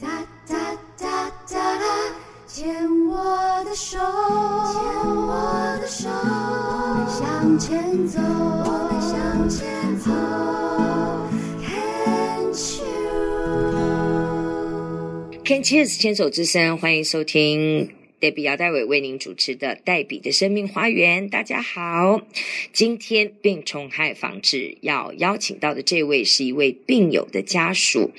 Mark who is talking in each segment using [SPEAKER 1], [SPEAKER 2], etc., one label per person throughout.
[SPEAKER 1] 哒哒哒哒哒，牵我的手，牵我的手，我们向前走，我们向前走。Can't you？
[SPEAKER 2] Can Cheers 牵手之声，欢迎收听黛比姚黛伟为您主持的《黛比的生命花园》。大家好，今天病虫害防治要邀请到的这位是一位病友的家属，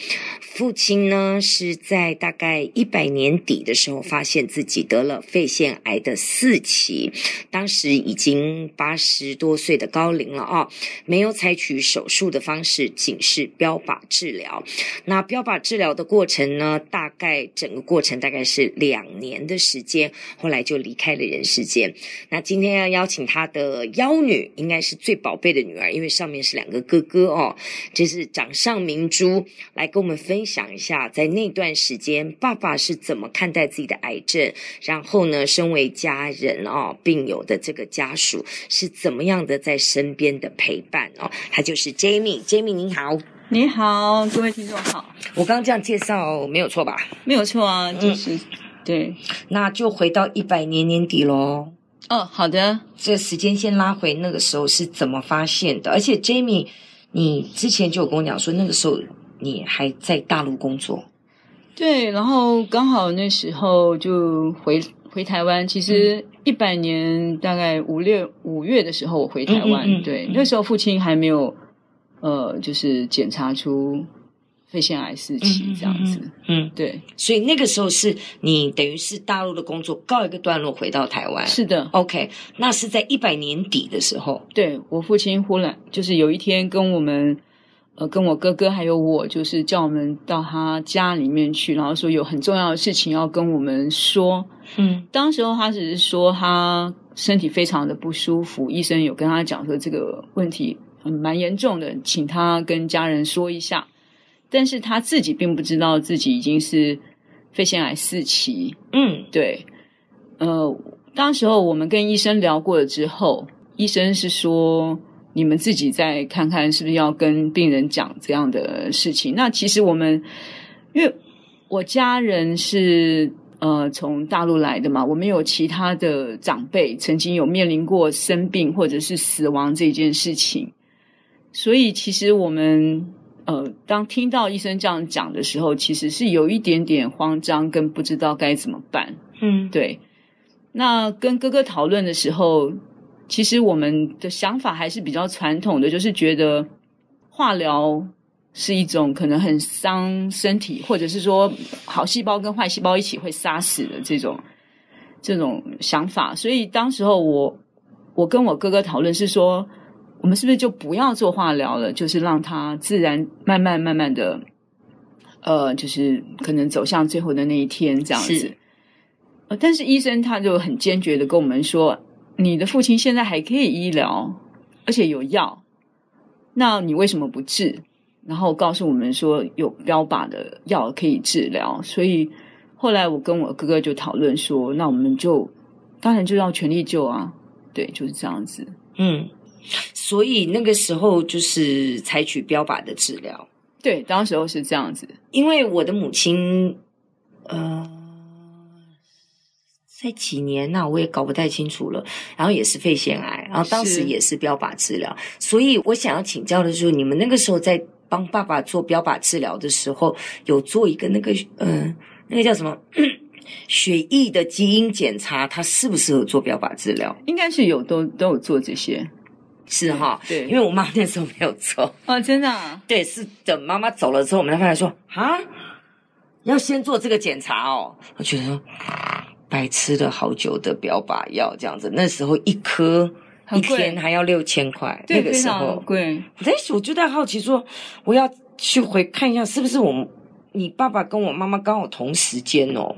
[SPEAKER 2] 父亲呢是在大概一百年底的时候发现自己得了肺腺癌的四期，当时已经八十多岁的高龄了啊、没有采取手术的方式，仅是标靶治疗。那标靶治疗的过程呢，大概整个过程大概是两年的时间，后来就离开了人世间。那今天要邀请他的幺女，应该是最宝贝的女儿，因为上面是两个哥哥哦，这是掌上明珠，来跟我们分享一下，在那段时间爸爸是怎么看待自己的癌症，然后呢，身为家人哦，病友的这个家属是怎么样的在身边的陪伴哦，他就是 Jamie，Jamie 您好。
[SPEAKER 3] 你好，各位听众好，
[SPEAKER 2] 我刚刚这样介绍没有错吧？
[SPEAKER 3] 没有错啊，
[SPEAKER 2] 嗯
[SPEAKER 3] 就是、对，
[SPEAKER 2] 那就回到一百年年底喽。
[SPEAKER 3] 哦，好的，
[SPEAKER 2] 这时间线拉回那个时候是怎么发现的？而且 Jamie，你之前就有跟我讲说，那个时候你还在大陆工作，
[SPEAKER 3] 对，然后刚好那时候就回回台湾，其实
[SPEAKER 2] 嗯
[SPEAKER 3] 一百年大概五六五月的时候我回台湾，
[SPEAKER 2] 嗯嗯嗯
[SPEAKER 3] 对，
[SPEAKER 2] 嗯
[SPEAKER 3] 那时候父亲还没有呃，就是检查出肺腺癌四期这样子，
[SPEAKER 2] 嗯，
[SPEAKER 3] 对，
[SPEAKER 2] 所以那个时候是你等于是大陆的工作告一个段落，回到台湾。
[SPEAKER 3] 是的，
[SPEAKER 2] OK，那是在一百年底的时候，
[SPEAKER 3] 对我父亲忽然就是有一天跟我们，呃，跟我哥哥还有我，就是叫我们到他家里面去，然后说有很重要的事情要跟我们说。
[SPEAKER 2] 嗯
[SPEAKER 3] 当时候他只是说他身体非常的不舒服，医生有跟他讲说这个问题嗯蛮严重的，请他跟家人说一下。但是他自己并不知道自己已经是肺腺癌四期，
[SPEAKER 2] 嗯
[SPEAKER 3] 对，呃，当时候我们跟医生聊过了之后，医生是说你们自己再看看是不是要跟病人讲这样的事情。那其实我们，因为我家人是呃从大陆来的嘛，我们有其他的长辈曾经有面临过生病或者是死亡这件事情，所以其实我们。呃，当听到医生这样讲的时候，其实是有一点点慌张，跟不知道该怎么办。
[SPEAKER 2] 嗯，
[SPEAKER 3] 对，那跟哥哥讨论的时候，其实我们的想法还是比较传统的，就是觉得化疗是一种可能很伤身体，或者是说好细胞跟坏细胞一起会杀死的这种这种想法。所以当时候我我跟我哥哥讨论是说，我们是不是就不要做化疗了，就是让它自然慢慢慢慢的。呃，就是可能走向最后的那一天这样
[SPEAKER 2] 是
[SPEAKER 3] 子，呃，但是医生他就很坚决的跟我们说，你的父亲现在还可以医疗，而且有药，那你为什么不治？然后告诉我们说有标靶的药可以治疗，所以后来我跟我哥哥就讨论说，那我们就当然就要全力救啊，对，就是这样子。
[SPEAKER 2] 嗯，所以那个时候就是采取标靶的治疗。
[SPEAKER 3] 对，当时候是这样子。
[SPEAKER 2] 因为我的母亲，呃，在几年呐、我也搞不太清楚了。然后也是肺腺癌，然后当时
[SPEAKER 3] 是
[SPEAKER 2] 也是标靶治疗。所以我想要请教的是，你们那个时候在帮爸爸做标靶治疗的时候，有做一个那个呃，那个叫什么血液的基因检查，它适不适合做标靶治疗？
[SPEAKER 3] 应该是有都都有做这些
[SPEAKER 2] 是哈，
[SPEAKER 3] 对
[SPEAKER 2] 因为我妈那时候没有做。
[SPEAKER 3] 啊，真的、啊、
[SPEAKER 2] 对，是等妈妈走了之后，我们才发现说啊，要先做这个检查哦。我觉得说白吃了好久的标靶药这样子，那时候一颗一
[SPEAKER 3] 很贵
[SPEAKER 2] 天还要六千块，
[SPEAKER 3] 对，
[SPEAKER 2] 那个
[SPEAKER 3] 非
[SPEAKER 2] 时
[SPEAKER 3] 常
[SPEAKER 2] 候，
[SPEAKER 3] 贵。
[SPEAKER 2] 但是我就在好奇说，我要去回看一下是不是我们你爸爸跟我妈妈刚好同时间哦，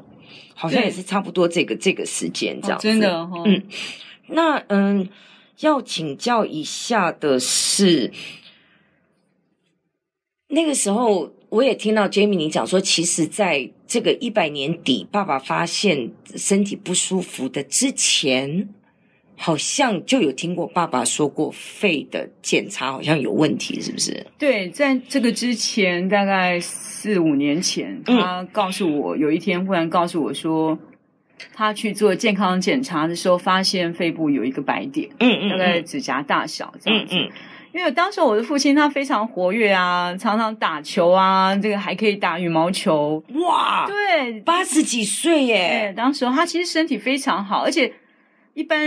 [SPEAKER 2] 好像
[SPEAKER 3] 对
[SPEAKER 2] 也是差不多这个这个时间这
[SPEAKER 3] 哦
[SPEAKER 2] 样、子。
[SPEAKER 3] 真的哦，
[SPEAKER 2] 嗯那嗯，要请教一下的是，那个时候我也听到 Jamie 你讲说，其实在这个一百年底，爸爸发现身体不舒服的之前，好像就有听过爸爸说过肺的检查好像有问题，是不是？
[SPEAKER 3] 对，在这个之前，大概四五年前，
[SPEAKER 2] 嗯
[SPEAKER 3] 他告诉我，有一天忽然告诉我说，他去做健康检查的时候，发现肺部有一个白点，
[SPEAKER 2] 嗯嗯
[SPEAKER 3] 大概指甲大小这样
[SPEAKER 2] 嗯
[SPEAKER 3] 子。
[SPEAKER 2] 嗯
[SPEAKER 3] 因为当时我的父亲他非常活跃啊，常常打球啊，这个还可以打羽毛球。
[SPEAKER 2] 嗯，哇，
[SPEAKER 3] 对，
[SPEAKER 2] 八十几岁
[SPEAKER 3] 对，
[SPEAKER 2] 耶，
[SPEAKER 3] 当时他其实身体非常好，而且一般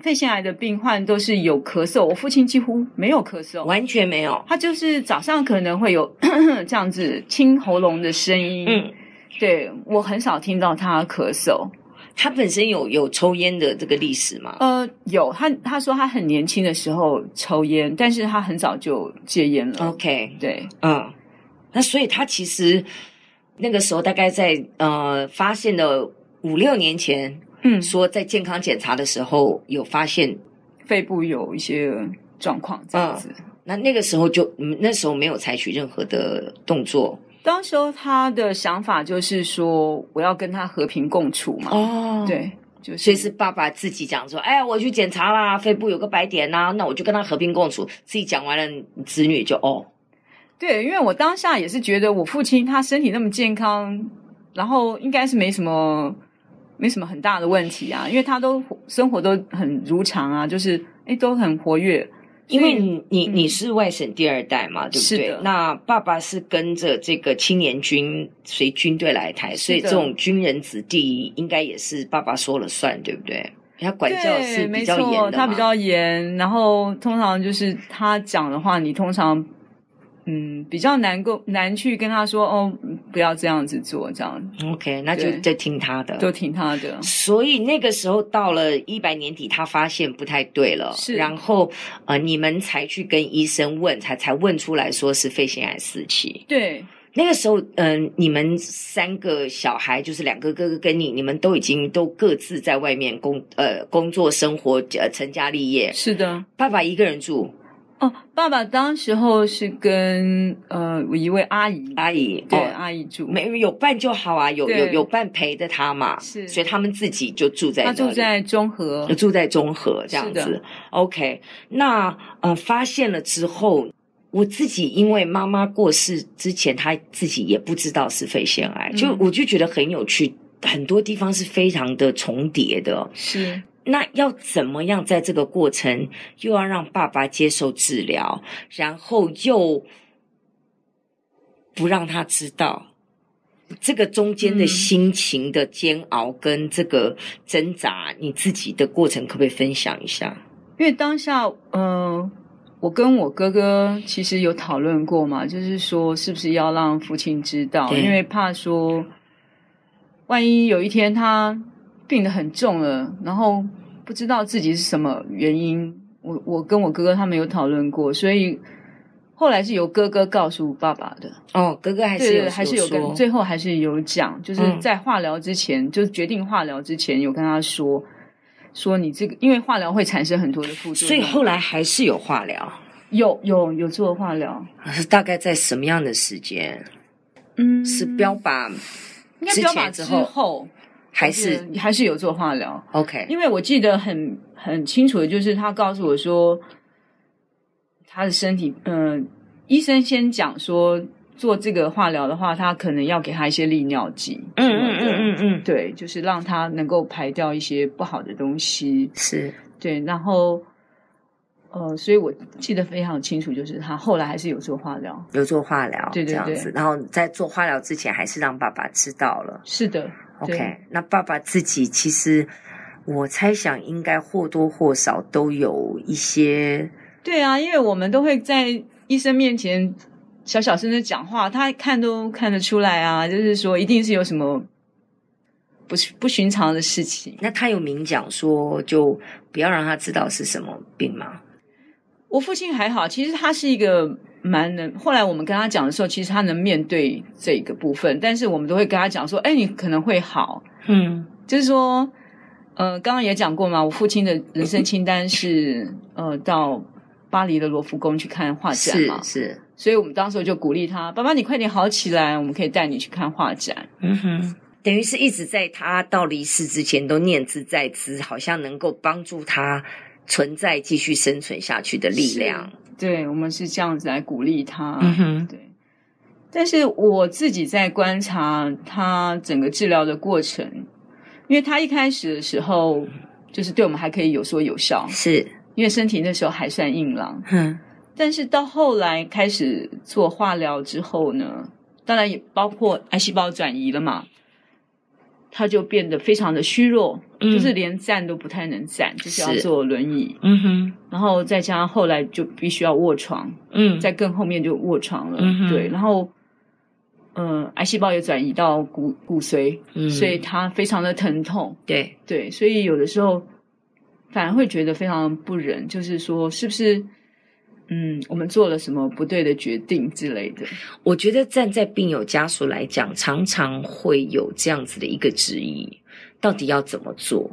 [SPEAKER 3] 肺腺癌的病患都是有咳嗽，我父亲几乎没有咳嗽。
[SPEAKER 2] 完全没有。
[SPEAKER 3] 他就是早上可能会有 这样子清喉咙的声音，，
[SPEAKER 2] 嗯，
[SPEAKER 3] 对我很少听到他咳嗽。
[SPEAKER 2] 他本身有有抽烟的这个历史吗？
[SPEAKER 3] 呃，有他他说他很年轻的时候抽烟，但是他很早就戒烟了。
[SPEAKER 2] OK，
[SPEAKER 3] 对，
[SPEAKER 2] 嗯，那所以他其实那个时候大概在呃发现了五六年前，
[SPEAKER 3] 嗯，
[SPEAKER 2] 说在健康检查的时候有发现，
[SPEAKER 3] 肺部有一些状况
[SPEAKER 2] 嗯
[SPEAKER 3] 这样子。
[SPEAKER 2] 那那个时候就嗯那时候没有采取任何的动作
[SPEAKER 3] 当时候他的想法就是说，我要跟他和平共处嘛。
[SPEAKER 2] 哦，，
[SPEAKER 3] 对，就是
[SPEAKER 2] 所以是爸爸自己讲说，哎，我去检查啦，肺部有个白点呐、那我就跟他和平共处。自己讲完了，子女就哦，
[SPEAKER 3] 对，因为我当下也是觉得我父亲他身体那么健康，然后应该是没什么没什么很大的问题啊，因为他都生活都很如常啊，就是哎都很活跃。
[SPEAKER 2] 因为
[SPEAKER 3] 所以
[SPEAKER 2] 你你
[SPEAKER 3] 嗯
[SPEAKER 2] 你是外省第二代嘛，对不
[SPEAKER 3] 是
[SPEAKER 2] 对
[SPEAKER 3] 的？
[SPEAKER 2] 那爸爸是跟着这个青年军随军队来台，所以
[SPEAKER 3] 是的
[SPEAKER 2] 这种军人子弟应该也是爸爸说了算，对不对？他管教
[SPEAKER 3] 对，
[SPEAKER 2] 是
[SPEAKER 3] 没
[SPEAKER 2] 比
[SPEAKER 3] 错，
[SPEAKER 2] 较严的嘛
[SPEAKER 3] 他比较严，然后通常就是他讲的话，你通常嗯比较难够难去跟他说哦，不要这样子做，这样
[SPEAKER 2] OK，那就
[SPEAKER 3] 对
[SPEAKER 2] 就听他的。
[SPEAKER 3] 都听他的。
[SPEAKER 2] 所以那个时候到了一百年底，他发现不太对了，
[SPEAKER 3] 是
[SPEAKER 2] 然后呃，你们才去跟医生问，才才问出来说是肺腺癌四期。
[SPEAKER 3] 对，
[SPEAKER 2] 那个时候，嗯、你们三个小孩，就是两个哥哥跟你，你们都已经都各自在外面工呃工作生活呃成家立业，
[SPEAKER 3] 是的。
[SPEAKER 2] 爸爸一个人住，
[SPEAKER 3] 哦，爸爸当时候是跟呃我一位阿姨，
[SPEAKER 2] 阿姨
[SPEAKER 3] 对、
[SPEAKER 2] 哦
[SPEAKER 3] 阿姨住，
[SPEAKER 2] 没有伴就好啊，有有
[SPEAKER 3] 对
[SPEAKER 2] 有伴陪着他嘛，
[SPEAKER 3] 是
[SPEAKER 2] 所以他们自己就住在
[SPEAKER 3] 她
[SPEAKER 2] 那
[SPEAKER 3] 住
[SPEAKER 2] 里
[SPEAKER 3] 在中和
[SPEAKER 2] 呃，住在中和这样
[SPEAKER 3] 是
[SPEAKER 2] 子
[SPEAKER 3] 的。
[SPEAKER 2] OK，那呃，发现了之后，我自己因为妈妈过世之前，她自己也不知道是肺腺癌，
[SPEAKER 3] 嗯
[SPEAKER 2] 就我就觉得很有趣，很多地方是非常的重叠的。哦
[SPEAKER 3] 是
[SPEAKER 2] 那要怎么样在这个过程又要让爸爸接受治疗，然后又不让他知道？这个中间的
[SPEAKER 3] 嗯
[SPEAKER 2] 心情的煎熬跟这个挣扎，你自己的过程可不可以分享一下？
[SPEAKER 3] 因为当下呃，我跟我哥哥其实有讨论过嘛，就是说是不是要让父亲知道，
[SPEAKER 2] 对
[SPEAKER 3] 因为怕说万一有一天他病得很重了，然后不知道自己是什么原因，我我跟我哥哥他们有讨论过，所以后来是由哥哥告诉爸爸的。
[SPEAKER 2] 哦，哥哥还
[SPEAKER 3] 对
[SPEAKER 2] 是有
[SPEAKER 3] 对，还是有
[SPEAKER 2] 说
[SPEAKER 3] 跟，最后还是有讲，就是
[SPEAKER 2] 嗯
[SPEAKER 3] 在化疗之前，就决定化疗之前有跟他说，说你这个，因为化疗会产生很多的副作
[SPEAKER 2] 所
[SPEAKER 3] 用，
[SPEAKER 2] 以后来还是有化疗，
[SPEAKER 3] 有有有做化疗，
[SPEAKER 2] 是大概在什么样的时间？
[SPEAKER 3] 嗯，
[SPEAKER 2] 是标靶
[SPEAKER 3] 应该
[SPEAKER 2] 之
[SPEAKER 3] 标靶
[SPEAKER 2] 前之
[SPEAKER 3] 后，
[SPEAKER 2] 后，还是
[SPEAKER 3] 就是还是有做化疗，
[SPEAKER 2] OK？
[SPEAKER 3] 因为我记得很很清楚的就是他告诉我说，他的身体，嗯、医生先讲说做这个化疗的话，他可能要给他一些利尿剂，
[SPEAKER 2] 嗯嗯嗯嗯嗯，
[SPEAKER 3] 对，就是让它能够排掉一些不好的东西。
[SPEAKER 2] 是
[SPEAKER 3] 对，然后呃，所以我记得非常清楚，就是他后来还是有做化疗。
[SPEAKER 2] 有做化疗，
[SPEAKER 3] 对对
[SPEAKER 2] 这样
[SPEAKER 3] 对
[SPEAKER 2] 子。然后在做化疗之前，还是让爸爸知道了。
[SPEAKER 3] 是的
[SPEAKER 2] OK，
[SPEAKER 3] 对
[SPEAKER 2] 那爸爸自己其实，我猜想应该或多或少都有一些，
[SPEAKER 3] 对啊，因为我们都会在医生面前小小声的讲话，他看都看得出来啊，就是说一定是有什么不是不寻常的事情。
[SPEAKER 2] 那他有明讲说，就不要让他知道是什么病吗？
[SPEAKER 3] 我父亲还好，其实他是一个蛮能。后来我们跟他讲的时候，其实他能面对这个部分，但是我们都会跟他讲说：“哎，你可能会好。
[SPEAKER 2] 嗯，”
[SPEAKER 3] 就是说，呃，刚刚也讲过嘛，我父亲的人生清单是呃到巴黎的罗浮宫去看画展
[SPEAKER 2] 是啊
[SPEAKER 3] 嘛，
[SPEAKER 2] 是，
[SPEAKER 3] 所以我们当时就鼓励他：“爸爸，你快点好起来，我们可以带你去看画展。
[SPEAKER 2] 嗯哼，”等于是一直在他到离世之前都念兹在兹，好像能够帮助他存在、继续生存下去的力量。
[SPEAKER 3] 对我们是这样子来鼓励他。
[SPEAKER 2] 嗯哼，
[SPEAKER 3] 对，但是我自己在观察他整个治疗的过程，因为他一开始的时候就是对我们还可以有说有笑，
[SPEAKER 2] 是，
[SPEAKER 3] 因为身体那时候还算硬朗。
[SPEAKER 2] 哼，
[SPEAKER 3] 但是到后来开始做化疗之后呢，当然也包括癌细胞转移了嘛，他就变得非常的虚弱，
[SPEAKER 2] 嗯
[SPEAKER 3] 就是连站都不太能站，就是要
[SPEAKER 2] 是
[SPEAKER 3] 坐轮椅。
[SPEAKER 2] 嗯哼，
[SPEAKER 3] 然后再加上后来就必须要卧床，
[SPEAKER 2] 嗯，
[SPEAKER 3] 在更后面就卧床了。
[SPEAKER 2] 嗯哼
[SPEAKER 3] 对，然后，呃，癌细胞也转移到骨骨髓，
[SPEAKER 2] 嗯
[SPEAKER 3] 所以他非常的疼痛。
[SPEAKER 2] 对，
[SPEAKER 3] 对，所以有的时候反而会觉得非常不忍，就是说是不是，嗯，我们做了什么不对的决定之类的。
[SPEAKER 2] 我觉得站在病友家属来讲，常常会有这样子的一个质疑，到底要怎么做？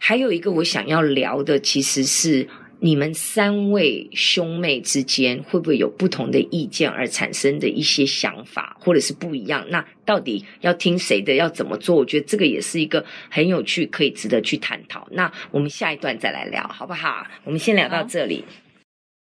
[SPEAKER 2] 还有一个我想要聊的，其实是你们三位兄妹之间会不会有不同的意见而产生的一些想法，或者是不一样？那到底要听谁的，要怎么做？我觉得这个也是一个很有趣，可以值得去探讨。那我们下一段再来聊，好不好？我们先聊到
[SPEAKER 3] 好
[SPEAKER 2] 这里。